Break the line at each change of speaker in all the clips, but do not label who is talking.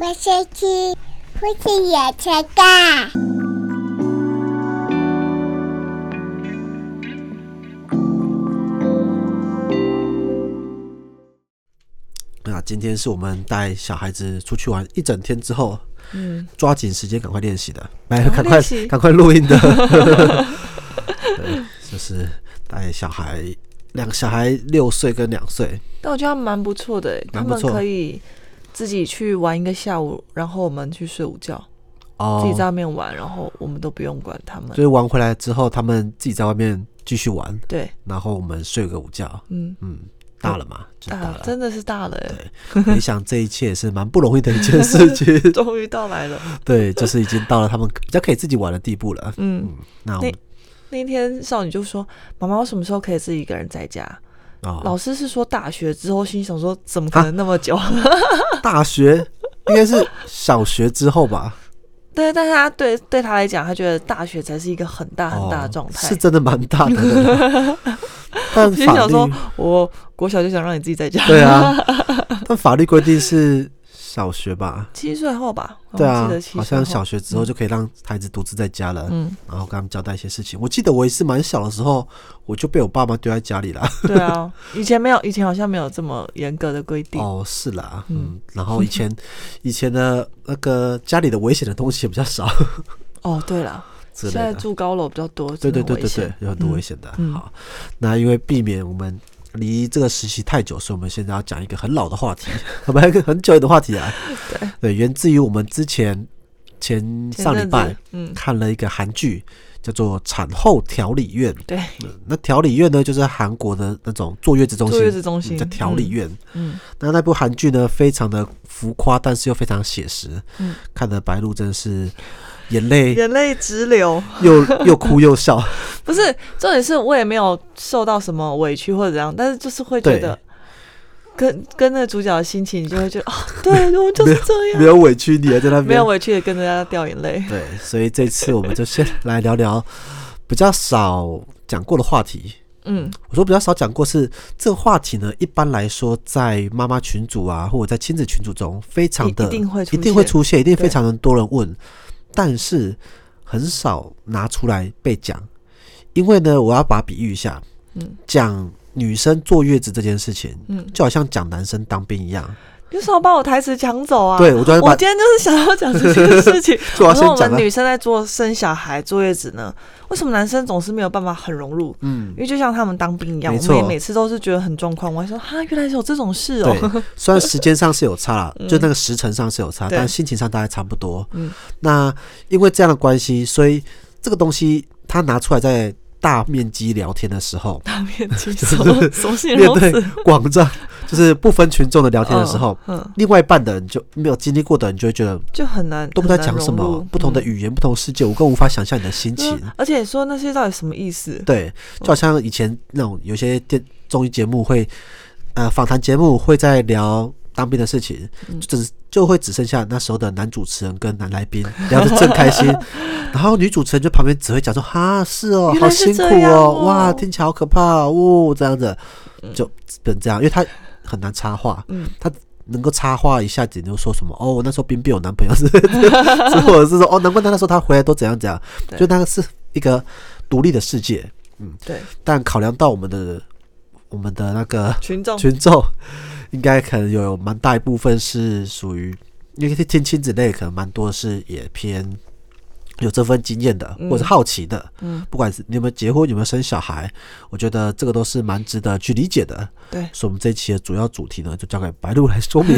我先去，父亲也才干。
那今天是我们带小孩子出去玩一整天之后，嗯，抓紧时间赶快练习的，来赶快
哦练习
赶快录 音的，对，就是带小孩两小孩六岁跟两岁，
但我觉得他们蛮不错的欸，他
蛮不
们
错
可以自己去玩一个下午，然后我们去睡午觉，
哦
自己在外面玩，然后我们都不用管他们
所。以玩回来之后，他们自己在外面继续玩，
对，
然后我们睡个午觉，
嗯，
嗯，大了嘛，就大
啊，
了。
真的是大了欸，，
回想这一切也是蛮不容易的一件事情
终于 到来了。
对，就是已经到了他们比较可以自己玩的地步了。
嗯，
那我们
那天少女就说：“妈妈，我什么时候可以自己一个人在家？”
哦，啊
老师是说大学之后，心想说怎么可能那 么久？
大学应该是小学之后吧，
对，但是他对对他来讲，他觉得大学才是一个很大很大的状态。
哦是真的蛮大的。对 但
心
法
想说
律，
我国小就想让你自己在家，
对啊，但法律规定是小学吧？
七岁后吧，我
对啊
记得，七岁
好像
后
小学之后就可以让孩子独自在家了，
嗯，
然后跟他们交代一些事情。我记得我也是蛮小的时候，我就被我爸妈丢在家里了。
对啊，以前没有，以前好像没有这么严格的规定。
哦，是啦，
嗯
嗯，然后以前以前的那个家里的危险的东西也比较少
哦，对了，
之
现
类
在
的，
住高楼比较多，
对
真的
对对
危
对
险
对，有很多
嗯
危险的。
嗯
好，那因为避免我们离这个实习太久，所以我们现在要讲一个很老的话题， 我们一个很久远的话题啊，
对
对，源自于我们之前前
前
上礼
阵子
拜
嗯，
看了一个韩剧。叫做产后调理院，
对，
嗯那调理院呢，就是韩国的那种坐月子中
坐
心，
月子中
嗯
心
叫调理，院。
嗯
那那部韩剧呢，非常的浮夸，但是又非常写实，
嗯
看得白鹿真是 眼
嗯，
泪
眼泪直流。
又 又哭又笑，
不是，重点是我也没有受到什么委屈或者怎样，但是就是会觉
对
得跟跟那个主角的心情，你就会觉 得啊，对我就是这样，
没有委屈你啊还在那边，
没有委屈的跟着他掉眼泪。
对，所以这次我们就先来聊聊比较少讲过的话题。
嗯，
我说比较少讲过是这个话题呢，一般来说在妈妈群组啊，或者在亲子群组中，非常
一
的
一定会出
一定会
现
出现，一定
对
非常的多人问，但是很少拿出来被讲，因为呢，我要把它比喻一下，
嗯，
讲女生坐月子这件事情，
嗯
就好像讲男生当兵一样，
你为什么把我台词抢走啊？
对我昨天把
我今天就是想要讲这件 事情。
就要
我
先
说我
讲啊
们
了，
女生在做生小孩、坐月子呢，为什么男生总是没有办法很融入？
嗯
因。为就像他们当兵一样，
没
我们也
错
每次都是觉得很状况。我还说哈，原来是有这种事哦。嗯
对，虽然时间上是有差 啦，就那个时辰上是有差，
对
但心情上大概差不多。
嗯，
那因为这样的关系，所以这个东西它拿出来在大面积聊天的时候，
大 面 积什么什么形
面
容
对
词？
广众就是不分群众的聊天的时候，
嗯，嗯，
另外一半的人就没有经历过的人就会觉得
就很难嗯
都不知道讲什么，不同的
语
语言、不同世界，我更无法想象你的心情。
嗯而且说那些到底什么意思？
对，
嗯
就好像以前那种有些电综艺节目会，呃，访谈节目会在聊当兵的事情，
嗯
就只就会只剩下那时候的男主持人跟男来宾聊得正开 心，然后女主持人就旁边只会讲说：“哈，是哦，
原
好
来是
辛苦
这样哦
哇，听起来好可怕哦，哦这样子，就变这样，因为他很难插话，
嗯
他。”能够插话一下子，你就说什么哦？我那时候兵变，我男朋友是， 是或者是说哦，难怪他那时候他回来都怎样怎样，
对
就那个是一个独立的世界，
对，
但考量到我们的我们的那个
群众
群众，应该可能有蛮大一部分是属于，因为听亲子类可能蛮多是也偏有这份经验的，
嗯
或者好奇的，
嗯，
不管是你有没有结婚，有没有生小孩，我觉得这个都是蛮值得去理解的。
对
所以我们这一期的主要主题呢，就交给白鹿来说 明。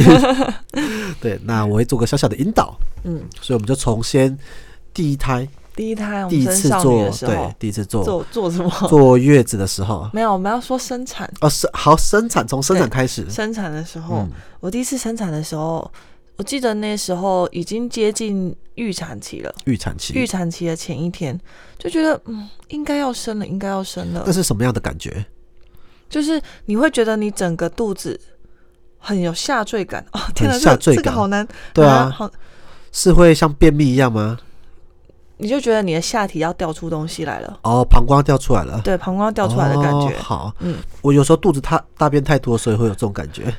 对，那我会做个小小的引导，
嗯，
所以我们就从先第一胎
第一胎我
第
们
一
哦生
次
少女
做
的，时候
对，第一次做
做做什么？
坐月子的时候，
没有，我们要说生产。
哦，生好生产，从生产开始。
生产的时候，
嗯，
我第一次生产的时候，我记得那时候已经接近预产期了。
预产期。
预产期的前一天就觉得，嗯，应该要生了，应该要生了
那。是什么样的感觉？
就是你会觉得你整个肚子很有下坠感哦，天哪，
很下
这
坠
个这个
感
好难。
对啊
很难好，
是会像便秘一样吗？
你就觉得你的下体要掉出东西来了，
哦，膀胱掉出来了，
对，膀胱掉出来的感觉
哦。好，
嗯，
我有时候肚子大大便太多，所以会有这种感觉，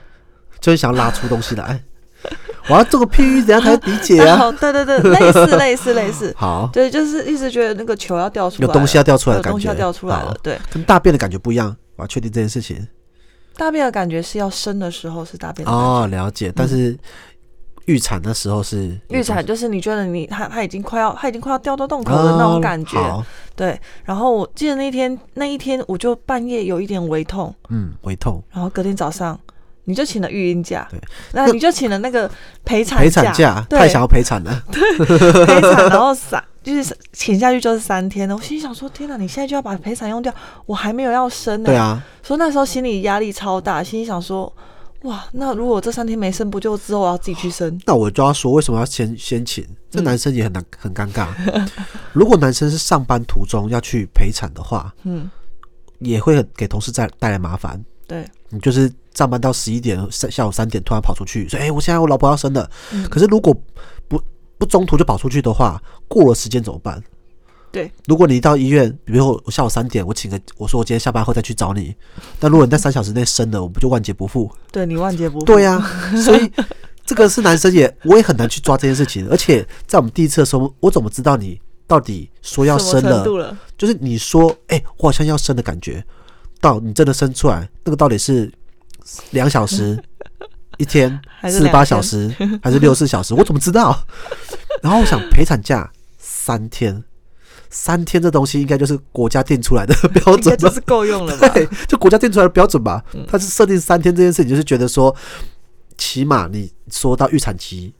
就会想拉出东西来。 我要做个譬喻，等一下才会理解
然
啊。
后对对对，类似类似类似，
好，
对，就是一直觉得那个球要掉出来
有
了，
东西要掉出来的
有
感觉，
东西要掉出来了
好。
对，
跟大便的感觉不一样。我要确定这件事情
大便的感觉是要生的时候是大便的感觉
哦，了解。但是预产的时候是
嗯预产就是你觉得你他他已经快要他已经快要掉到洞口的那种感觉，
哦好
对。然后我记得那一天那一天我就半夜有一点胃痛，
嗯，胃痛。
然后隔天早上你就请了育婴假，
对，
那
那
你就请了那个陪产
陪产假
对，
太想要陪产了，
陪产，然 后三就是请下去就是三天了。我心里想说，天哪，你现在就要把陪产用掉，我还没有要生呢、
对，啊，
所以那时候心理压力超大，心里想说，哇，那如果我这三天没生，不就之后我要自己去 生？
那我就要说为什么要先先请？这男生也很难、 很尴尬。如果男生是上班途中要去陪产的话，
嗯，
也会给同事带带来麻烦。
对，
你就是上班到十一点，下下午三点突然跑出去，说：“哎、我现在我老婆要生了。
嗯
可是如果不不中途就跑出去的话，过了时间怎么办？
对，
如果你到医院，比如说我下午三点，我请个我说我今天下班后再去找你，但如果你在三小时内生了，我不就万劫不复？
对你万劫不复。
对 呀、所以这个是男生也我也很难去抓这件事情，而且在我们第一次的时候，我怎么知道你到底说要
什
生
么程
了？
度了？
就是你说，哎、我好像要生的感觉，到你真的生出来，那个到底是两小时、 一天、
还是
四十八
两天
小时，还是六十四小时？我怎么知道？然后我想陪产假三天，三天这东西应该就是国家定出来的 标
应该
准
就
吧？
是够用了吧？ 嗯
对，就国家定出来的标准吧。它是设定三天这件事情，就是觉得说，起码你说到预产期。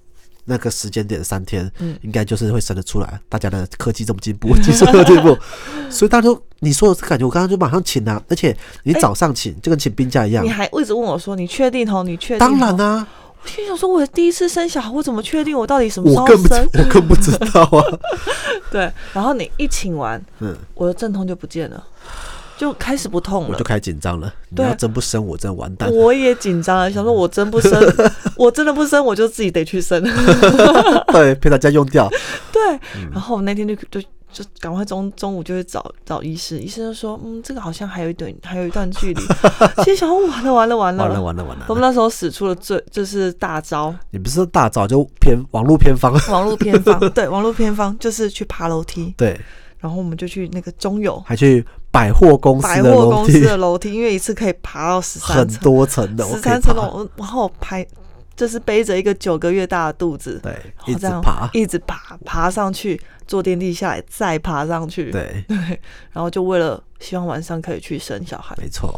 那个时间点三天，
嗯
应该就是会生得出来。大家的科技这么进步， 技术这么进 步，所以大家就你说的这感觉，我刚刚就马上请啊，而且你
哎
早上请、就跟请病假一样
你，还一直问我说：“你确定哦？你确定？”
当然，啊啦、
我心想说：“我第一次生小孩，我怎么确定我到底什么时
我
候
更不
生
我更不知道 啊，？”
对，然后你一请完，
嗯，
我的阵痛就不见了，就开始不痛
我
了
就。开始紧张了。你
对啊
要真不生，我真的完蛋。
我也紧张了，想说我真不生，我真的不生，我就自己得 去生。
对，被大家用掉。
对，
嗯
然后我那天就就就赶快中中午就去找找医师，医生就说，嗯，这个好像还有一段还有一段 距离。其实想说完了完了 完了
完了完了完了！
我们那时候使出了最就是大招，
你不是说大早就偏网络偏方？
网络偏方，对，网络偏方就是去爬楼梯，
对，
然后我们就去那个中友
还去百货公司
百
的
货
楼
公司
梯，
的楼梯，因为一次可以爬到十三
很
层，
多层的，我
十
可以
三层
爬。
楼，嗯然后我拍就是背着一个九个月大的肚子，
对，
然后
一
这
直
样
爬。
一直爬，爬上去，坐电梯下来，再爬上去，
对，
然后就为了希望晚上可以去生小孩，
没 错。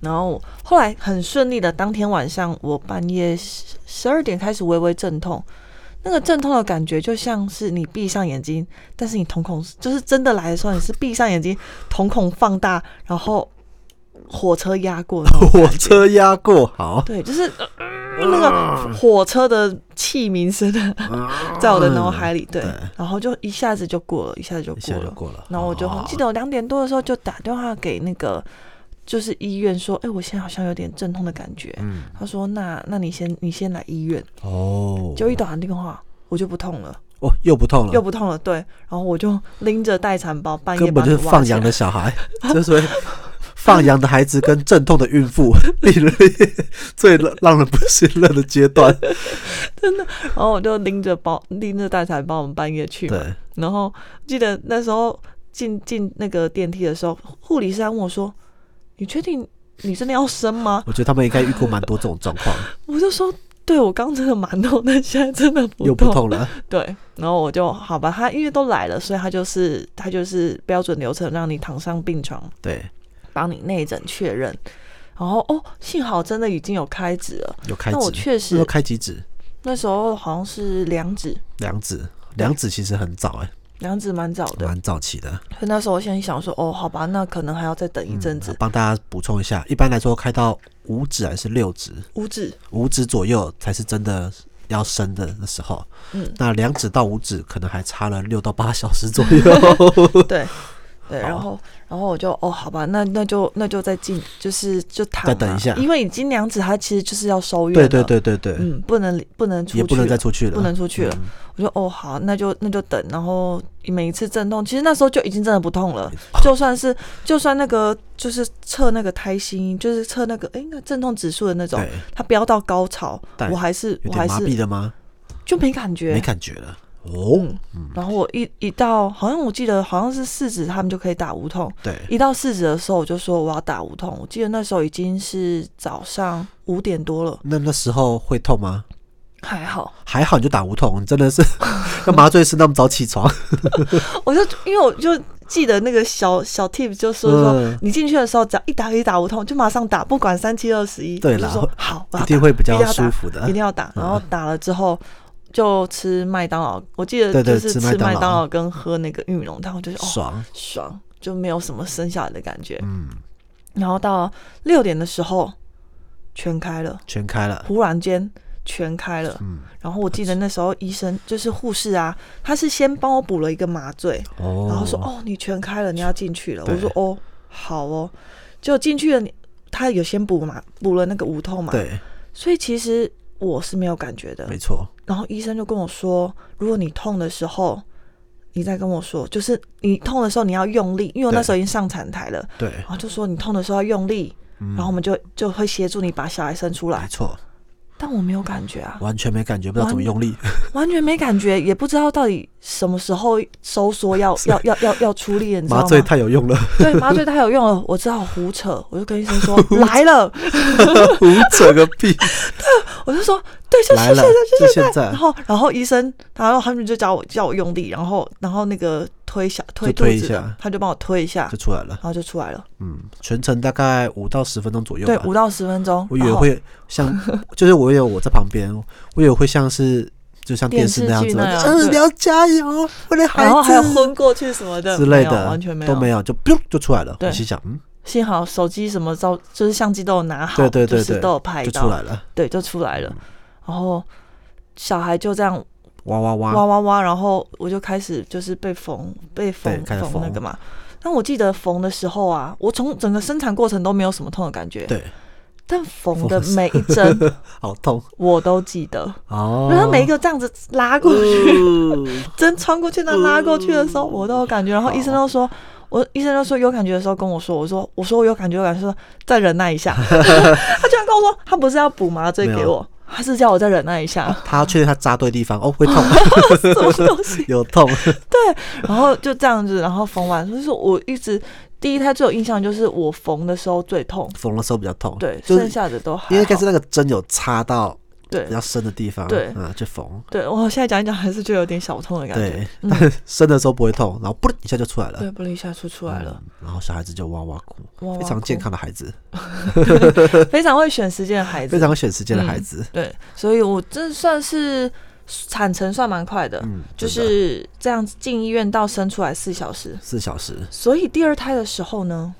然后后来很顺利的，当天晚上我半夜十二点开始微微阵痛，那个阵痛的感觉就像是你闭上眼睛，但是你瞳孔就是真的来的时候，你是闭上眼睛，瞳孔放大，然后火车压过那种感 觉，
火车压过，好，
对，就是、呃那个火车的 器鸣声，在我的脑海里，对
啊对，
然后就一下子就过了，一下子就
一
过
下就
了。
过了。
然后我就
好好
记得我两点多的时候就打电话给那个就是医院说，哎、我现在好像有点阵痛的感觉。
嗯，
他说，那那你先你先来医院。
哦，
就一打完电话，我就不痛了，
哦，又不痛了，
又不痛了。对，然后我就拎着待产包，半夜
根本
把
就是
它挖
放
起
羊
来
的小 孩，就是放羊的孩子跟阵痛的孕妇 并列最让人不信任的阶段。
然后我就拎着包拎着待产包，我们半夜去嘛。
对，
然后记得那时候进进那个电梯的时候，护理师还问我说：“你确定你真的要生吗
我觉得他们应该遇过蛮多这种状况，？”
我就说：“对，我刚真的蛮痛，但现在真的不
又不痛了，
对，然后我就好吧，他因为都来了，所以他就是他就是标准流程，让你躺上病床，
对，
帮你内诊确认。然后哦，幸好真的已经有开指了。
有开
但我
指，
确
是
实
说开几指，
那时候好像是两指，
两指，两指其实很早哎、
两指蛮早的。
蛮早期的。
所以那时候我现在想说，哦，好吧，那可能还要再
嗯
等一阵子。
帮大家补充一下，一般来说开到五指还是六指，
五指，
五指左右才是真的要生的那时候。
嗯，
那两指到五指可能还差了六到八小时左右。
对，对，
好
然后然后我就哦，好吧，那那就那就再进，就是就躺、啊，
再等一下
因为你金娘子她其实就是要收院
对
了，
对对对对，
嗯，不能不能出去，
也不能再出去了，嗯
不能出去了。我就哦好，那就那就等，然后每一次阵痛，其实那时候就已经真的不痛了，就算是就算那个就是测那个胎心，就是测那个哎那阵痛指数的那种
对，，
它飙到高潮
对，
我还是
有
我
点
还
麻痹
是
的吗？
就没感觉，
没感觉了。哦，
嗯，然后我一一到好像我记得好像是四指他们就可以打无痛，
对，
一到四指的时候我就说我要打无痛，我记得那时候已经是早上五点多了，
那那时候会痛吗？
还好，
还好，你就打无痛，你真的是 那麻醉师那么早起 床，
我就因为我就记得那个小小 tips 就说说、
嗯
你进去的时候只要一打一打无痛就马上打，不管三七二十一，
对
我就
啦
说好，我要
一定
打
会比较
要打
舒服的嗯
一定。要打，然后打了之后。就吃麦当劳，我记得
对对
就是
吃
吃
麦当
麦
劳
当劳跟喝那个玉米浓汤，我就是哦，
爽，
爽，就没有什么生下来的感觉。
嗯，
然后到六点的时候，全开了，
全开了，
忽然间全开了。
嗯，
然后我记得那时候医生就是护士啊，他是先帮我补了一个麻醉，
哦，
然后说：“哦，你全开了，你要进去了。”
对
我说：“哦，好哦。”就进去了，他有先补嘛，补了那个无痛嘛，
对，
所以其实我是没有感觉的
没。错，
然后医生就跟我说，如果你痛的时候，你再跟我说，就是你痛的时候你要用力，因为我那
对
时候已经上产台了，
对，嗯
然后就说你痛的时候要用力，然后我们就就会协助你把小孩生出
没
来。
错，
但我没有感觉啊，
完全没感觉，不知道怎么用力，
完 全没感觉，也不知道到底什么时候收 缩要要要要要出力了，你知道
麻
吗？
醉太有 用了，
对，麻醉太有用了，我只好胡扯，我就跟医生说来了，
胡扯个 屁，
我就说对，就
来
现
了
在就
就
现
现在
然后然后医生，然后他们就叫我叫我用力，然后然后那个推小推
就
肚
推一
子的
下，
他就帮我推一下
就，出来了
然，后就出来了，
嗯，全程大概五到十分钟左右
对，
吧
五。到十分钟，
我以为
然后
会像， 就是我有我在旁边，我以为会像是就像电视那样子吧，
电视剧那
嗯，
样对
你要加油，为了孩
然后还有
子
昏过去什么的
之类
没
的，
有完全没有，
都没有，就砰就出来了。我
对
心想，嗯，
幸好手机什么照，就是相机都有拿好，
对对对
就是
对，
都有拍
就
到，
出来嗯了，
对，就出来了。然后小孩就这样
哇哇
哇
哇，
哇哇，然后我就开始就是被缝被缝
对开始
那
缝
个嘛。但我记得缝的时候啊，我从整个生产过程都没有什么痛的感觉，
对，
但缝的每一针
好痛
我都记得，
哦
因为。它每一个这样子拉过去， 针穿过去，那拉过去的时候，我都有感觉。然
哦
后医生都说，我医生都说有感觉的时候跟我说，我说我说我有感觉，有感觉，说再忍耐 一下。他居然跟我说，他不是要补麻醉
没有
给我，他是叫我再忍耐一下，
他要确定他扎对地方哦，会痛，
什么东西？
有痛，
然后就这样子，然后缝完，就是我一直第一胎最有印象就是我缝的时候最痛，
缝的时候比较痛，
对，
就是
剩下的都还好
因为应该是那个针有插到
对
比较深的地方，
对
啊，去缝，
对，我现在讲一讲还是就有点小痛的感觉，
对，但是深的时候不会痛，然后嘣一下就出来了，
嗯对，不了一下出出来了，
嗯，然后小孩子就哇哇哭，
哇哇
嗯非常健
哭，
康的孩子，
非常会选时间的孩子嗯
非，常会选时间的孩子，
对，所以我真算是产程算蛮快的，
嗯，
呃就
真的
是这样子进医院到生出来四小时。
四小时。
所以第二胎的时候呢，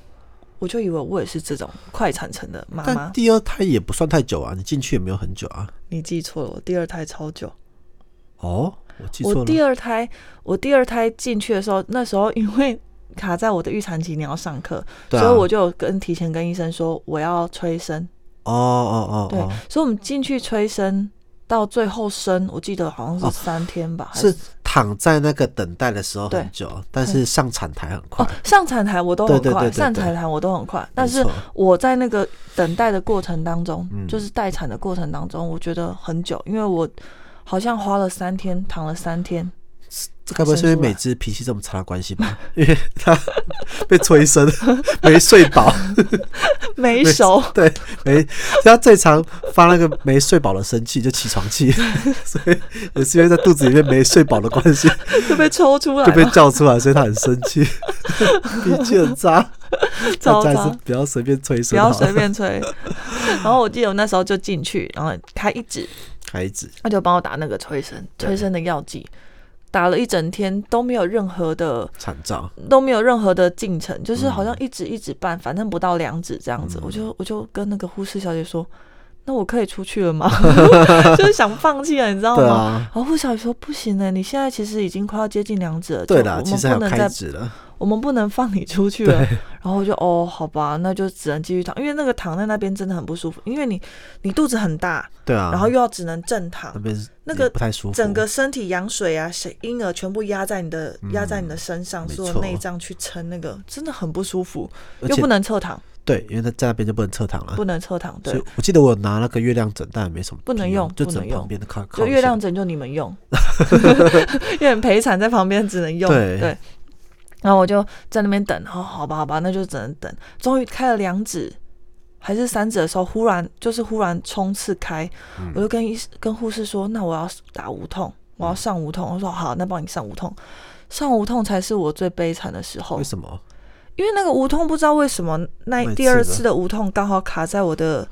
我就以为我也是这种快产程的妈
但
妈，
第二胎也不算太久啊，你进去也没有很久啊。
你记错了，我第二胎超久。
哦，我记错
我
了。
第二胎，我第二胎进去的时候，那时候因为卡在我的预产期，你要上课，
对啊
所以我就有跟提前跟医生说我要催生。
哦哦哦
对，
哦，
所以我们进去催生到最后生，我记得好像
哦
是三天吧，还
是躺在那个等待的时候
对
很久，但是上产台很快
哦。上产台我都很快，
对对对对对
上产台我都很快，但是
没错
我在那个等待的过程当中，
嗯
就是待产的过程当中，我觉得很久，因为我好像花了三天，躺了 三天。
这该不会是因为
生出来
美姿脾气这么差的关系吧？ 因为她被催生， 没睡 饱，
没
没
熟，
对，没她最常发那个没睡饱的生气，就起床气， 所以也是因为在肚子里面没睡饱的关 系，
就被抽出来
就被
了，
叫出来，所以她很生 气，脾气很差。
超
大家
差
还是不要随便催
不
生好
要
了，
随便吹。 然后我记得我那时候就进去，然后开一指，
孩子。
他就帮我打那个催生
对
催生的药剂，打了一整天都没有任何的
惨照，
都没有任何的进程，就是好像一指一指半，反正不到两指这样
嗯
子。我就我就跟那个护士小姐说。那我可以出去了吗？ 就是想放弃了，你知道
对
吗？
啊，
欸然后护士小姐说不行呢、你现在其实已经快要接近两指了，
对
就
啦，
哦我
其
们
实还
不
有
能
开
再，
指了，
我们不能放你出去了。然后我就哦，好吧，那就只能继续躺，因为那个躺在那边真的很不舒服，因为你你肚子很大，
对啊，
然后又要只能正
那
躺，
边
那个
也不太舒服，
整个身体羊水啊、水婴儿全部压在你的压在你的身上，
嗯没
所有
错
内脏去撑那个，真的很不舒服，
而
又
且啊
不能侧躺，
对，因为在那边就不能侧躺了
不。能侧躺，
所
对
以，我记得我有拿那个月亮枕，但也没什么
不能
屁用啊
用
就
不
只
能
能旁
用
边的靠靠
就
一
月
下
亮枕就你们用， 因为陪产在旁边只能用，
对
对。然后我就在那边等，然后好吧，好吧，那就只能等。终于开了两指还是三指的时候，忽然就是忽然冲刺开，
嗯
我就跟医跟护士说，那我要打无痛，我要上无痛。我说好，那帮你上无痛。上无痛才是我最悲惨的时候
为，什么？
因为那个无痛不知道为什么
那
那
一
第二
次的
次的无痛刚好卡在我的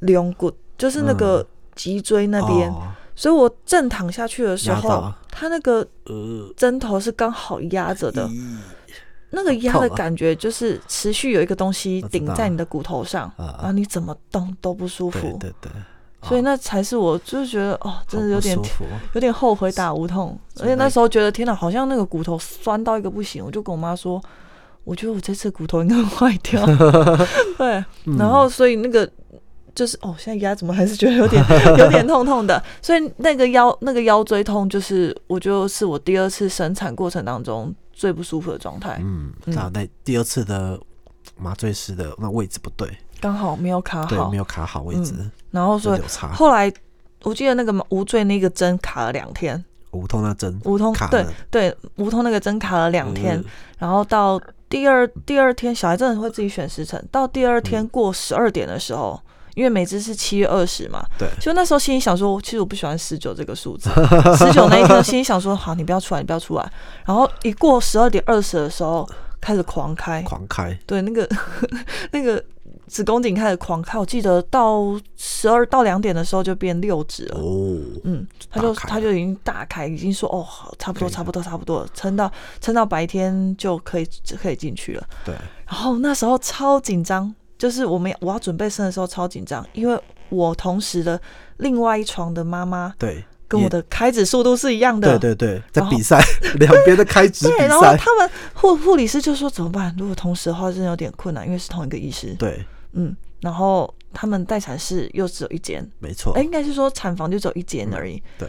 龙骨，就是那个
嗯
脊椎那边，
哦
所以我正躺下去的时
压到
候
啊，
它那个
呃，
针头是刚好压着的，
咦
那个压的
痛啊
感觉就是持续有一个东西
我知
顶
道
在你的骨头上，
啊
然后你怎么动都不舒
对
服，
对对，
所以
啊
那才是我就是觉得哦，真
好
的有
不
点
舒服
有点后悔打无痛，
所
而
以
且那
那
时候觉得天哪，好像那个骨头酸到一个不行，我就跟我妈说，我觉得我这次骨头应该会坏 掉。对，
嗯
然后所以那个就是哦，现在压怎么还是觉 得有点有点痛痛的，所以那个腰那个腰椎痛，就是我就是我第二次生产过程当中最不舒服的状态，
嗯，
嗯
那那第二次的麻醉师的那位置不对，
刚好没有卡
对，
啊好
没，有卡好位置，
然后
真
所以
的有差。
后来我记得那个无罪那个针卡了两天，
无痛那针
无痛
卡
对
了
对无痛那个针卡了两天
呃，
然后到第二第二天，小孩真的会自己选时辰。到第二
嗯
天过十二点的时候，因为每只是七月二十嘛，
对
就那时候心里想说，其实我不喜欢十九这个数 字。十九那一天，心里想说，好，你不要出来，你不要出来。然后一过十二点二十的时候，开始狂开，
狂开，
对，那个 那个子宫颈开始狂开。我记得到十二到两点的时候就变六指了。
哦，
嗯，他就
大开
他就已经大开，已经说哦，好，差不多，
可以
差不多，差不多了，撑到撑到白天就可以就可以进去了。
对，
然后那时候超紧张，就是我们我要准备生的时候超紧张，因为我同时的另外一床的妈妈
对，
跟我
也
的开指速度是一样的，
对对对，在
然后
比赛两边的开指比
对，然后
赛，
他们护护理师就说怎么办？如果同时的话，真的有点困难，因为是同一个医师。，
对，
嗯，然后他们待产室又只有一间，
没错
哎、，应该是说产房就只有一间而已。
对，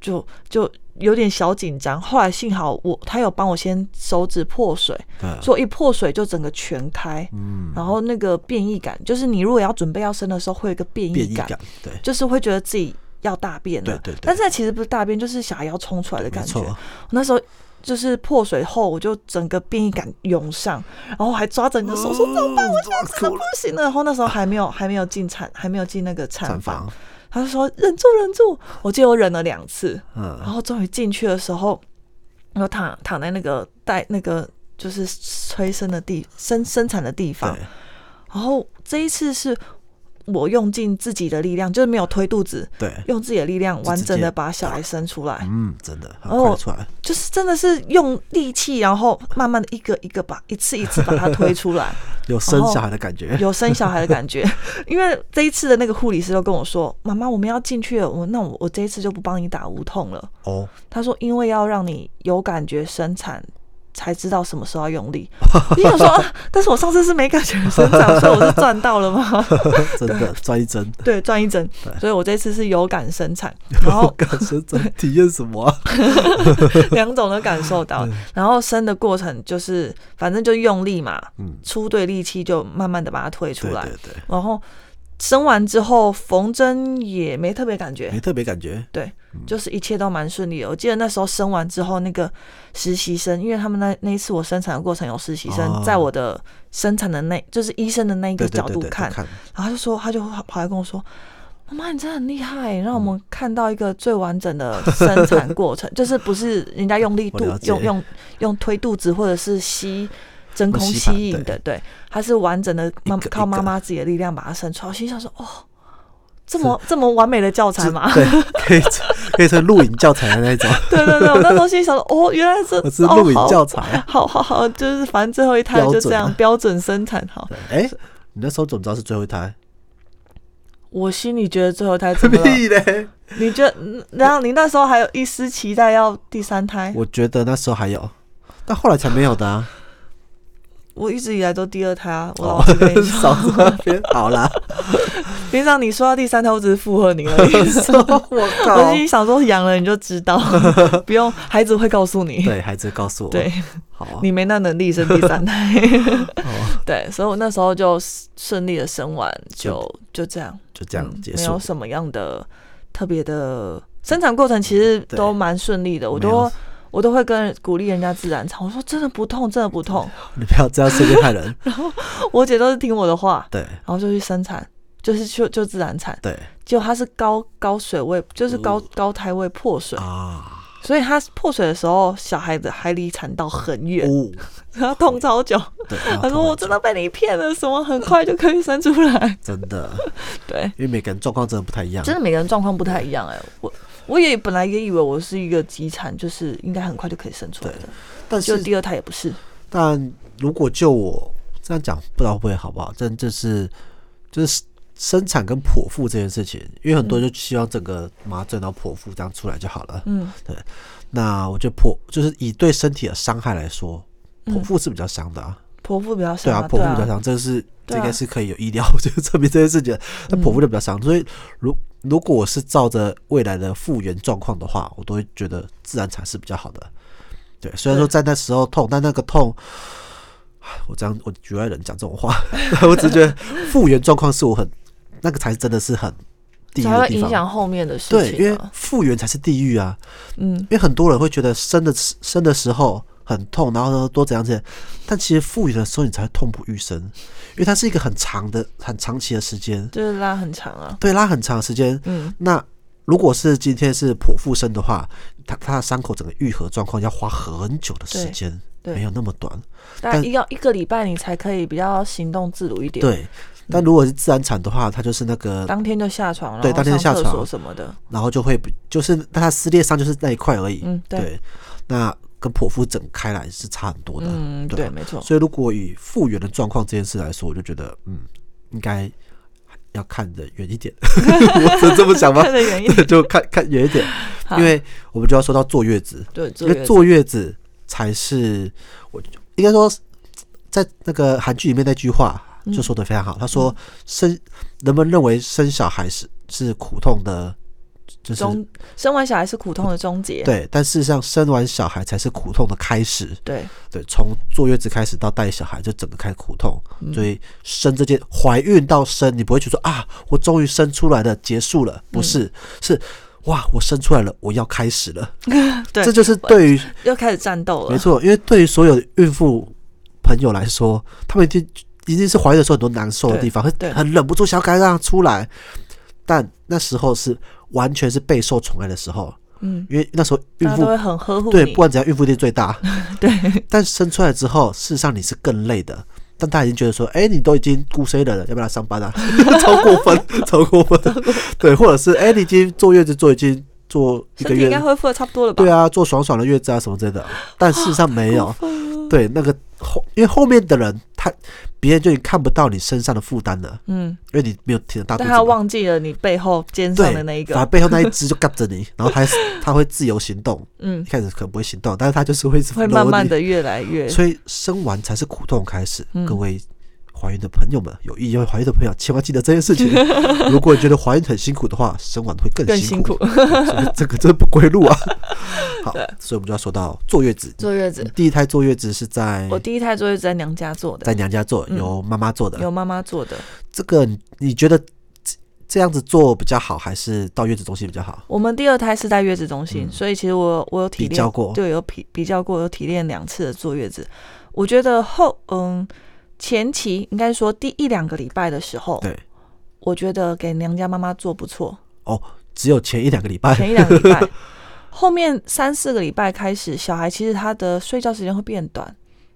就就有点小紧张。后来幸好我他有帮我先手指破水，
嗯
所以一破水就整个全开，
嗯，
然后那个变异感，就是你如果要准备要生的时候，会有一个变
嗯变
异
异
感，
感，对，
就是会觉得自己要大便了，
对对对
但是那其实不是大便，就是小孩要冲出来的
没
感觉。
错
我，那时候。就是破水后，我就整个变异感涌上，然后还抓着你的手说：“怎么办？我
我抓
真的
哭
不
了，
行了。”然后那时候还没有还没有进产，还没有进那个产
产
房
房，，
他就说忍住忍住，我记得我忍了两次，然
嗯，
后终于进去的时候，我躺躺在那个带那个就是催生的地生生产的地方，
对，
然后这一次是我用尽自己的力量，就是没有推肚子，
对，
用自己的力量完整
直
的
接
把小孩生出来，
嗯，真的很
然后
快出来，
就是真的是用力气，然后慢慢的一个一个把一次一次把它推 出来，
有生
然后
小孩的感觉，
有生小孩的感觉。因为这一次的那个护理师都跟我说：“妈妈，我们要进去了，我那我我这一次就不帮你打无痛了。”
哦，
他说：“因为要让你有感觉生产，才知道什么时候要 用力。”你想说、啊，但是我上次是没感觉生产，所以我是赚到了吗？
哦真的转一针，
对，赚一整，所以我这次是有感生产，然
我
后
哦感觉在体验什么啊？
两种都感受到。然后生的过程就是，反正就用力嘛，
嗯，
出对力气就慢慢的把它推出
对
来，
对对，
然后生完之后缝针也没特别感觉，
没特别感觉，
对，就是一切都蛮顺利的。我记得那时候生完之后，那个实习生，因为他们那那一次我生产的过程有实习生
哦
在我的生产的那，就是医生的那一个
对对
角
对
度
对，都
看，
看，
然后他就说，他就跑来跟我说。妈妈，你真的很厉害，让我
嗯
们看到一个最完整的生产 过程，就是不是人家用力
我
肚
了解
用用用推肚子或者是吸真空
吸
吸
盘
引
对
的，对，它是完整的妈
一个
靠
一个
妈妈自己的力量把它生出来。我心想说，哦，这么这么完美的教材
这
吗？
对，可以成可以成录影教材的那 种，
对对对，我那时候心里想说， 哦，原来是
我是录影
哦、
教材。啊
好，好好好，就是反正最后一胎就这样标准生产好。
哎、你那时候怎么知道是最后一胎？
我心里觉得最后一胎怎 么了？
嘞！
你觉得？嗯然后你那时候还有一丝期待要第三胎？
我觉得那时候还有，但后来才没有的啊。
我一直以来都第二胎啊，我
哦
老是 跟你，说，
嫂子那边好啦，
平常你说到第三 胎，我只是附和你 而已。
我
我心里想说，养了你就知 道，不用孩子会告诉你。
对，孩子告诉我，
对，
好啊，哦
你没那能力生第三胎。 对，所以我那时候就顺利的生完，就就这样，
就这样
嗯
结
没
束
有。什么样的特别的生产过程，其实
嗯对
都蛮顺利的。我
没有
都我都会跟鼓励人家自然产，我说真的不痛，真的不 痛。
你不要这样随便害 人。
我姐都是听我的话，
对
然后就去生产，就是就就自然产。
对
结果她是高高水位，就是高、高胎位破水，
哦啊，
所以她破水的时候，小孩子还离产道很远，
哦，
她痛超久。
对，啊
他说：“我真
真
的被你骗了，什么很快就可以生出来
真的，？”
对，
因为每个人状况真的不太一样。
真的每个人状况不太一样哎、我我也本来也以为我是一个急产，就是应该很快就可以生出来的，
但
就是第二胎也不是。
但如果就我这样讲，不知道会不会好不好？但就是就是生产跟剖腹这件事情，因为很多人就希望整个麻醉然后剖腹这样出来就好了。
嗯，
那我觉得剖就是以对身体的伤害来说，
嗯
剖腹是比较伤的啊。
剖腹比较
对
小、
啊，
对
剖腹
啊，
比较伤，这是这
对啊
应该是可以有医疗 就是证明这件事情的。那
嗯
剖腹就比较伤，所以如如果我是照着未来的复原状况的话，我都会觉得自然产是比较好的。对，虽然说在那时候痛，但那个痛，唉我这样我局外人讲这种话， 我只觉得复原状况是我很那个才真的是很地狱
才
的
会
地
影
方。
响后面的事
对，因
情、
为
啊。
复原才是地狱啊！
嗯，
因为很多人会觉得生的生的时候很痛，然后呢多怎样怎样，但其实复原的时候你才会痛不欲生，因为它是一个很长的、很长期的时间，
就是拉很长啊。
对，拉很长的时间。
嗯，
那如果是今天是剖腹生的话，它它的伤口整个愈合状况要花很久的时间，
对对
没有那么短。
大概要一个礼拜你才可以比较行动自如一点。，
对，但如果是自然产的话，它就是那个，
当天就下床，然后
对当天就
上
下
厕
床
所什么的。
然后就会不就是那它撕裂伤就是那一块而已。
嗯，对，
对，那跟剖腹整开来是差很多的。
嗯，
对
对，
啊
没 错。
所以，如果以复原的状况这件事来说，我就觉得，嗯，应该要看得远一点。 我是这么 想吗
看？得远一点，
就看看远一点，
好
因为我们就要说到坐月子，
对，
因
坐
为
月子
坐月子才是我应该说，在那个韩剧里面那句话
嗯
就说的非常好，他说生人们认为生小孩是是苦痛的，就是
终生完小孩是苦痛的终结。
对，但事实上生完小孩才是苦痛的开始。
对，
对，从坐月子开始到带小孩，就整个开始苦痛。
嗯
所以生这件怀孕到生，你不会觉得说啊，我终于生出来了，结束了，不是，是哇，我生出来了，我要开始了。
对
这就是对于
又开始战斗了。
没错，因为对于所有孕妇朋友来说，他们一定一定是怀孕的时候很多难受的地方，
对
很很忍不住想要赶快让它出来，但那时候是完全是备受宠爱的时候，
嗯，
因为那时候孕
大家
妇
都会很呵护
对，
你
不管怎样，孕妇力最大。
对，
但生出来之后，事实上你是更累的。但大家已经觉得说，哎、你都已经孤身一人了，要不要来上班啊？ 超过 分，超过分。对，或者是哎、你已经坐月子坐已经坐一个
身体应
月
该，恢复的差不多了吧？
对啊，坐爽爽的月子啊什么之类的。但事实上没
啊
有，对那个后，因为后面的人他别人就已经看不到你身上的负担了，
嗯，
因为你没有挺着大肚
但
子
他
嘛。
忘记了你背后肩
对啊
上的，那一
反而
个，
背后那一只就夹着你，然后他他会自由行动，
嗯
一，开始可能不会行动，但是他就是会一直
会
搂
慢慢
你
的越来越，
所以生完才是苦痛开始。
嗯
各位怀孕的朋友们，有意要怀孕的朋友，千万记得这件事 情。如果你觉得怀孕很辛苦的话，生完会更
更
辛
辛苦。。
所以这个真的不归 路啊！好，所以我们就要说到坐月子。
坐月
你
子，
第一胎坐月子是在
我第一胎坐月子在娘家做
嗯在
的，
娘家做，
嗯
由妈妈做的。
由妈妈做的。
这个你你觉得这这样子做比较好，还是到月子中心比较好？
我们第二胎是在月子中心，所以其实我我有体
嗯比
验
较过
对，有比比较过，有体验两次的坐月子。我觉得后嗯前期应该说第一两个礼拜的时候，
对
我觉得给娘家妈妈做不错，
哦，只有前一两个礼拜，
前一两个礼拜，后面三四个礼拜开始，小孩其实他的睡觉时间会变短，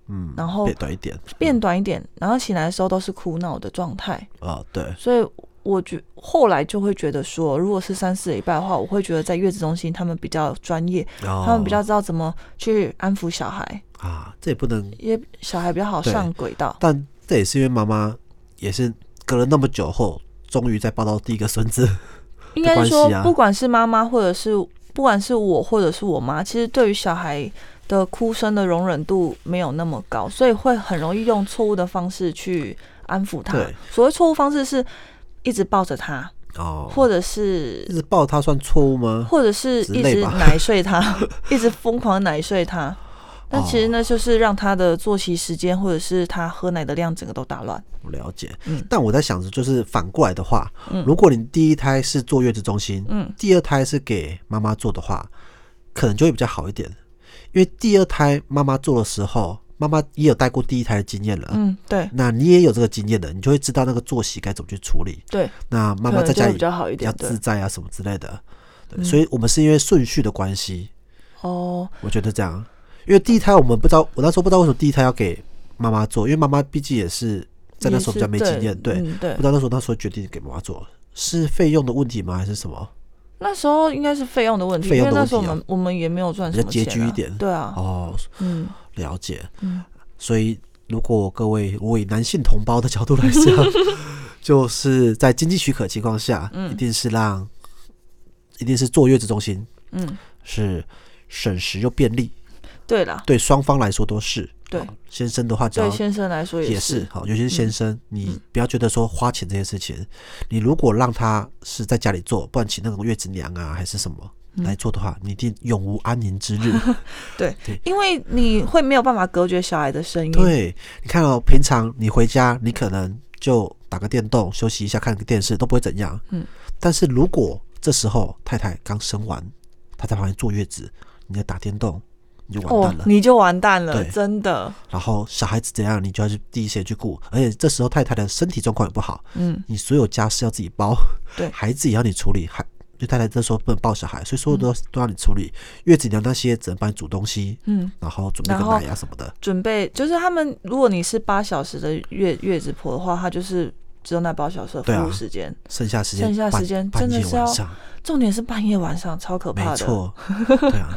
嗯，
然后
变短一点，
变短一点，然后醒来的时候都是哭闹的状态，
哦，对，
所以我觉后来就会觉得说，如果是三四个礼拜的话，我会觉得在月子中心他们比较专业，他
他
们比较知道怎么去安抚小孩，
啊，这也不能
因为小孩比较好
对
上轨道。
但这也是因为妈妈也是隔了那么久后，终于在抱到第一个孙子。
应该是说
关系啊，
不管是妈妈或者是不管是我或者是我妈，其实对于小孩的哭声的容忍度没有那么高，所以会很容易用错误的方式去安抚他
对。
所谓错误方式是一直抱着他，
哦，
或者是
一直抱他算错误吗？
或者是
之
一
类
直
吧
奶睡 他，一直疯狂奶睡他。但其
哦
实那就是让他的作息时间或者是他喝奶的量整个都打乱。
我了解，
嗯
但我在想着，就是反过来的话，
嗯
如果你第一胎是坐月子中心，
嗯，
第二胎是给妈妈做的话，可能就会比较好一点，因为第二胎妈妈做的时候，妈妈也有带过第一胎的经验了，
嗯，对
那你也有这个经验的，你就会知道那个作息该怎么去处理。
对，
那妈
可
妈
能
在家里
就会比较好一
要
点。对嗯
自在啊什么之类的，对，所以我们是因为顺序的关系，
哦，
我觉得这样，因为第一胎我们不知道，我那时候不知道为什么第一胎要给妈妈做，因为妈妈毕竟也是在那时候比较没经验，对，
嗯对
不知。道那时候那时候决定给妈妈做，是费用的问题吗？还是什么？
那时候应该是费用的问题，
费用
因
的
为那时候我
问题啊
们、我们也没有赚
比
什
较
么
拮
钱、啊，
据一点
对啊，
哦，
嗯，
了解。
嗯，
所以如果各位我以男性同胞的角度来 讲，就是在经济许可情况下，一定是让，一定是坐月子中心，
嗯，
是省时又便利，
对啦，
对双方来说都是。
对
好先生的话，只要
对先生来说
也
是嗯
是，好，尤其是先生，你不要觉得说花钱这件事情，你如果让他是在家里做，不然请那种月子娘啊还是什么
嗯
来做的话，你一定永无安宁之 日。
对
对，
因为你会没有办法隔绝小孩的声音，
对，你看哦，平常你回家，你可能就打个电动，休息一下，看个电视，都不会怎样。
嗯，
但是如果这时候太太刚生完，她在旁边坐月子，你在打电动，你就完
哦
蛋了。，
你就完蛋了，
对
真的，
然后小孩子怎样，你就要去第一时间去顾，而且这时候太太的身体状况也不好，
嗯，
你所有家事要自己包，
对
孩子也要你处理，还就太太这时候不能抱小孩，所以所有都都要你处理，月子娘那些只能帮你煮东西，
嗯，
然后准备
然
个
后
奶啊什么的，
准备就是他们，如果你是八小时的月月子婆的话，他就是只有那八小时的
对啊
服务时间，
剩下时间
剩下
半
时间
半
真的
夜
是
晚
要
上，
重点是半夜晚上，超可怕的，
没错，对啊。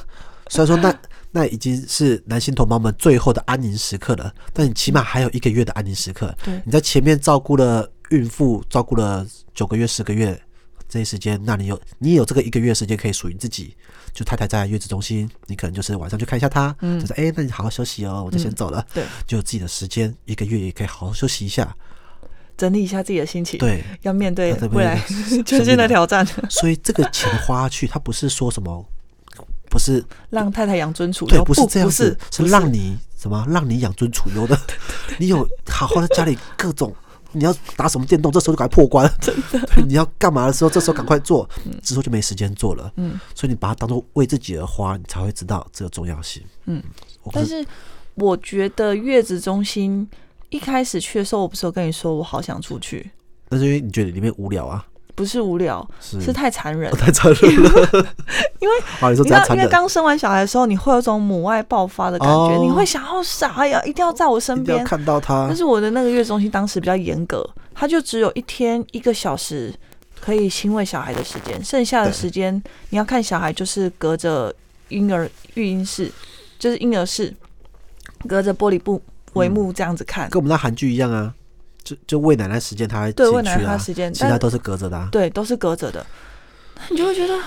虽然说 那那已经是男性同胞们最后的安宁时刻了，但你起码还有一个月的安宁时刻。
嗯对
你在前面照顾了孕妇，照顾了九个月、十个月这些时间，那你有你也有这个一个月的时间可以属于自己。就太太在月子中心，你可能就是晚上去看一下她，
嗯
就是哎、那你好好休息哦，我就先走了。
对，
就有自己的时间，一个月也可以好好休息一下。
整理一下自己的心情，，
对，
要面对
要对
未 来
面对
全新的挑战，
所以这个钱花下去，它不是说什么，不是
让太太养尊处
对
优，，
不是这样
不
子
是，
是
不
让你什么？让你养尊处优的。 你有好好在家里各种，你要打什么电动，这时候就赶快破关。真 的，你要干嘛的时候，这时候赶快做，
嗯
之后就没时间做了。嗯，所以你把它当做为自己而花，你才会知道这个重要性。
嗯，
我
但
不是
是我觉得月子中心一开始去的时候，我不是有跟你说我好想出去，
但是因为你觉得里面无聊啊，
不是无聊，
是
是太残忍
我。太残忍了。
因 为
啊，你说这
你知
样
道，
残
因为
忍，
刚生完小孩的时候，你会有种母爱爆发的感觉，
哦
你会想要傻呀，一定要在我身
一定要
边。
看到他
但。是我的那个月子中心当时比较严格，它就只有一天一个小时可以亲喂小孩的时间，剩下的
对
时间你要看小孩，就是隔着婴儿育婴室，就是婴儿室，隔着玻璃布
嗯
帷幕这样子看。
跟我们那韩剧一样啊，就就喂奶奶时间，他还
对
进
喂奶
去
他
啊，
时间，
其
但
他都是隔着的啊。
对都是隔着的，那你就会觉得。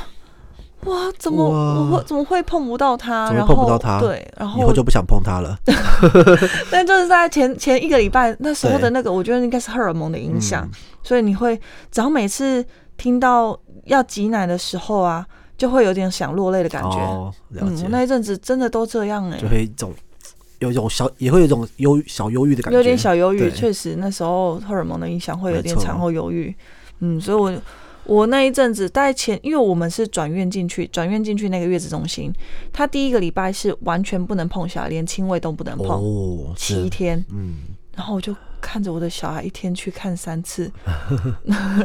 哇，怎么
哇
我会怎么会碰不到他？
怎么
然
会
后
碰不到他
对，然
以后
后
就不想碰他了。
但就是在前前一个礼拜那时候
对
的那个，我觉得应该是荷尔蒙的影响，
嗯
所以你会只要每次听到要挤奶的时候啊，就会有点想落泪的感觉。
哦，了
嗯，
解，
我那一阵子真的都这样哎、
就会一种有一种小，也会有一种忧小忧郁的感觉，
有点小忧郁，
对
确实那时候荷尔蒙的影响会有点
没错
产后忧郁。嗯，所以我我那一阵子大概前，因为我们是转院进去，转院进去那个月子中心，他第一个礼拜是完全不能碰小孩，连亲喂都不能碰，
哦，
七、
是，
天。
嗯，
然后我就看着我的小孩一天去看三次，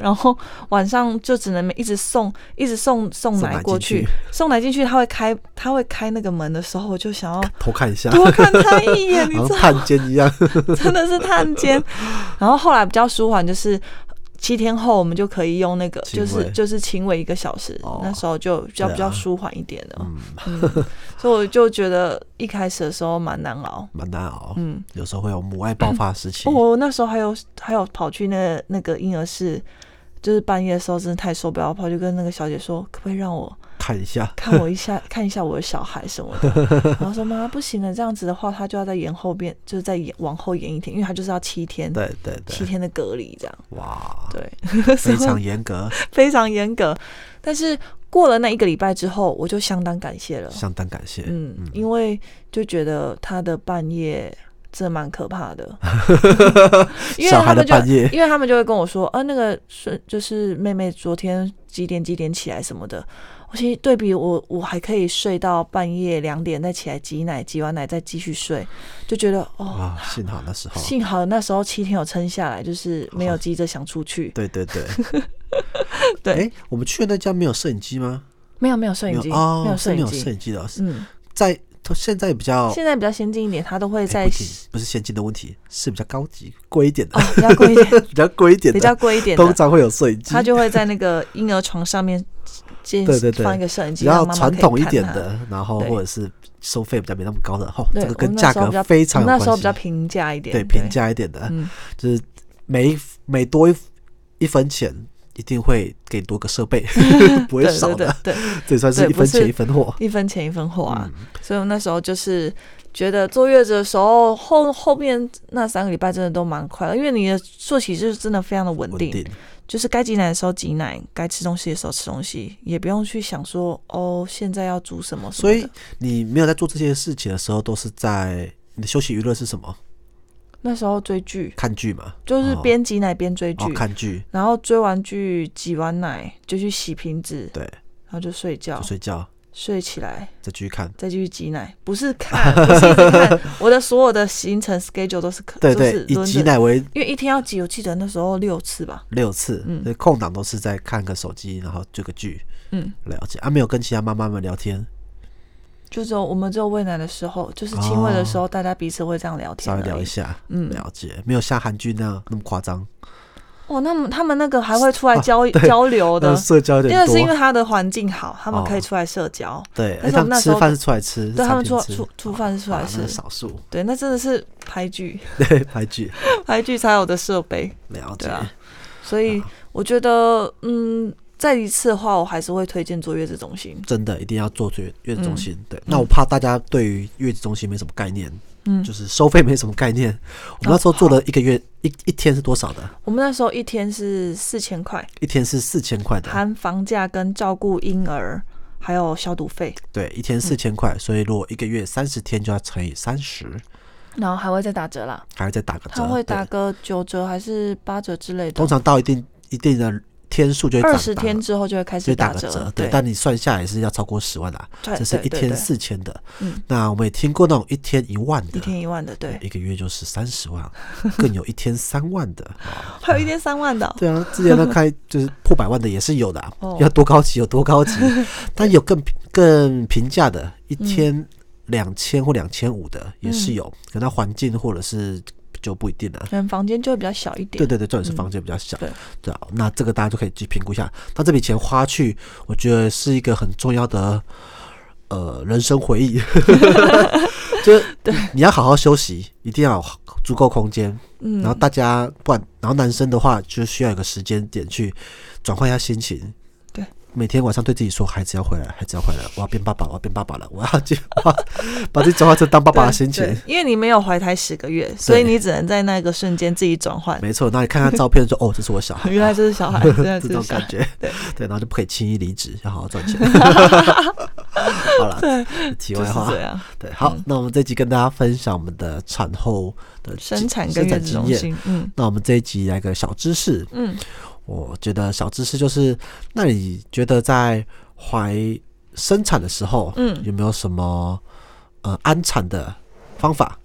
然后晚上就只能一直送，一直送送
送
奶
奶
过
进
去
去，
送奶进去，他会开他会开那个门的时候，我就想要
偷看一下，
多看他一 眼，你
好像
知道
探监一样，
真的是探监。然后后来比较舒缓，就是七天后我们就可以用那个，
亲
就
喂
是就是亲喂一个小时，
哦
那时候就比较、
对啊
比较舒缓一点的。
嗯，
所以我就觉得一开始的时候蛮难熬，
蛮难熬，
嗯。
有时候会有母爱爆发时期
哦，，我那时候还有还有跑去那个那个婴儿室，就是半夜的时候真的太受不了，我跑去跟那个小姐说，可不可以让我
看一下，
看我 一下，看一下我的小孩什么的，然后说妈妈不行了，这样子的话，他就要再延后变，就是再延往后延一天，因为他就是要七天，
对对
七
对，
天的隔离这样，
哇，
对，
非
所以
常严格，
非常严格。但是过了那一个礼拜之后，我就相当感谢了，
相当感谢，
嗯，因为就觉得他的半夜真的蛮可怕 的，因为
小孩的
他们就
半夜
因为他们就会跟我说，啊，那个是就是妹妹昨天几点几点起来什么的。我其实对比我，我还可以睡到半夜两点再起来挤奶，挤完奶再继续睡，就觉得哦，
啊，幸好那时候，
幸好那时候七天有撑下来，就是没有急着想出去。，
对对对
对
哎，我们去的那家没有摄影机吗？
没有没有摄
没
影
有
机，
哦，
没有摄
是没
影
有摄
机。
影机的，是
嗯，
在现在比较
现在比较先进一点，他都会
哎
在
不仅不是现金的问题，是比较高级贵一点的
哦，，比较贵一点，
比较贵一点的，
比较贵一点的
通，常会有摄影机，
他就会在那个婴儿床上面 建
对对对
放一个摄影
比
机，让
较
妈妈
传
可以
统一
看啊
点
它。
的，然后
对
或者是收费比较没那么高的，哦，
对，
这个
我
跟
们那
价
时候
格
比较
非常
我
有关
们那
系，
时候比较平价一点，
对平。价一点的，
嗯，
就是每一每多一一分钱，一定会给多个设 备，不会
对
少
对对
的，
对，
这也算是
对
一
不
分钱
是
一分货。
一分钱一分货啊。所以我那时候就是觉得坐月子的时候，后后面那三个礼拜真的都蛮快乐，因为你的作息就是真的非常的稳
稳
定，
定，
就是该挤奶的时候挤奶，该吃东西的时候吃东西，也不用去想说哦现在要煮什么什
所
么的。
以你没有在做这些事情的时候，都是在你的休息娱乐是什么？
那时候追剧
看剧嘛，
就是
哦
边挤奶边追剧。
哦，看剧，
然后追完剧、挤完奶就去洗瓶子，
对，
然后就睡觉
就，睡觉，
睡起来
再继续看。
再继续挤奶，不是看，不是一直看。我的所有的行程 schedule 都是可，
对
都
对
是，
以
轮
挤
着，
奶为
因为一天要挤，我记得那时候六次吧。
六次，
嗯
所以空档都是在看个手机，然后追个剧。
嗯，
了解啊，没有跟其他妈妈们聊天，
就只有我们只有喂奶的时候，就是亲喂的时候，大家彼此会这样聊天
哦稍
而已，
微聊一下。
嗯
了解，没有像韩剧那样那么夸张，
哇，哦那么他们那个还会出来交、
啊对
交流
那
的，
社交有
因
点
为是因
多
为。他的环境好，他们
哦
可以出来社交。
对，哎，
但是
他
我们那
们
时
吃
候
饭是出来吃，
对他们
餐
出
厅吃
出出饭是出
啊
来
那
吃，
是少数，
对，那真的是拍剧，
对，拍剧
拍剧才有的设备。
了
对
解。
啊所以我觉得，嗯，再一次的话，我还是会推荐坐月子中心。
真的一定要做月月子中心。对，那
嗯
我怕大家对于月子中心没什么概念，
嗯哦
就是收费没什么概念。我们那时候做了一个月一一天是多少的？
我们那时候一天是四千块，
一天是四千块的，
含房价跟照顾婴儿，还有消毒费，
对，一
嗯
天四千块，所以如果一个月三十天就要乘以三十，
然后还会再打折啦。
还要再打个折。
他会打
对，
个九折还是八折之类
通
的，
常到一定一定的天数就会
二
涨
十
打
天
了
之后就会开
就
始
会打
打
个折，
对，
但你算下来是要超过十万啦，
对
这是
对
一
对
天
对
四千啊的
嗯。
那我们也听过那种一天一万
一
的。哎
天一万的，对，
一个月就是三十万，更有一天三万的，
还有一天三万的哦，
对啊，之前那开就是破百万的也是有的、啊
哦，
要多高级有多高级，但有更平更平价的，一天两千或两千五的也是有，可能它环境或者是就不一定了、
可能房间就会比较小一点。
对对对，重点是
嗯
房间比较小，
对
对啊，那这个大家就可以去评估一下。那这笔钱花去，我觉得是一个很重要的呃人生回 忆，就是
对
你要好好休息，一定要有足够空间，
嗯，
然后大家不然，然后男生的话就需要有个时间点去转换一下心情。
对，
每天晚上对自己说：“孩子要回来，孩子要回来，我要变爸爸，我要变爸爸了，我要去把 把自己转化成当爸爸的心情
对，。因为你没有怀胎十个月，所以你只能在那个瞬间自己转换”。
没错，那你看看照片说：“哦，这是我小孩。”
原来这是小孩，原 来
这
这
种
是小
感
孩。
觉，
对
对，然后就不可以轻易离职，要好好 赚钱。好了，题
就
外
是
话
这，样，嗯
对，好，那我们这集跟大家分享我们的产后的
生
经
产跟
生
月
产
子
经
中
验。
心，嗯
那我们这一集来个小知识，
嗯，
我觉得小知识就是，那你觉得在怀生产的时候，
嗯
有没有什么呃安产的方法？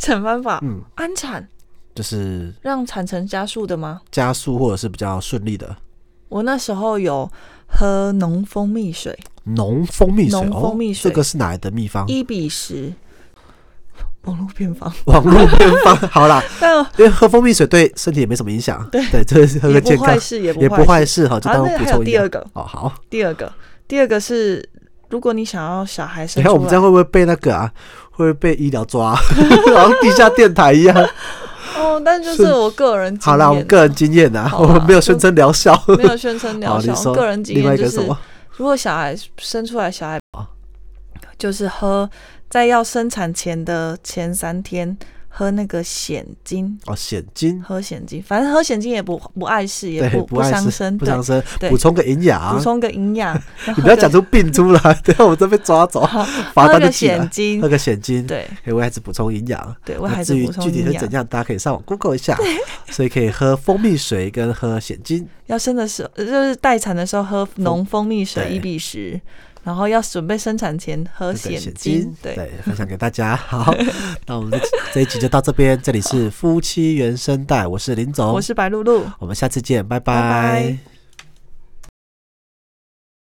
产方法，
嗯，
安产
就是
让产程加速的吗？
加速或者是比较顺利的
我那时候有喝浓蜂蜜水，
哦浓蜂蜜水，
浓
哦
蜂蜜水
这个是哪来的秘方？
一比十，网络偏方，
网络偏方，好啦，
但
因为喝蜂蜜水对身体也没什么影响，对就是喝
也
个
不
健康
坏，事，也
也
不
不
坏
坏
事。
事，好，就
好，
当
那
补
还有
充营
第二
养。
个，
哦，好，
第二个，第二个是，如果你想要小孩
你
生
看我们
出
这
来
样，会不会被那个啊？会不会被医疗抓、 啊，好像地下电台 一样？
哦，但就是
是
我个人经
好啦，我们
验
个人经验呐、啊
好
我
啦
们没有宣称疗效。
没有宣称疗
好，你
效，
说
个人经
另外
验
一
就
个什
是
么？
如果小孩生出来小孩
啊
就是喝在要生产前的前三天喝那个显精，
哦，险金，
喝显精，反正喝显精也不不碍事，也
对，
不
不碍
伤
事
身，
不
对
伤身，
对
补充个营养
补。充个营 养。
你
然后
不要
就
讲出病出来， 等下我们这被抓走，罚
喝
单就
个
寄来
显。精
啊喝，个险金，
嗯对
给为孩子补充营养。
对，为
那
孩子
至于
补充
具体
营
是
养
怎。样，大家可以上网 Google 一下。 所以可以喝蜂蜜水跟喝险金，
要生的时候，就是待产的时候喝浓蜂蜜水
对
一比十，然后要准备生产前 喝
对对
显
险
精
金，，
对，
对，分享给大家。 好，那我们这集这一集就到这边，这里是夫妻原声带，我是林总，
我是白露露。
我们下次见，拜
拜拜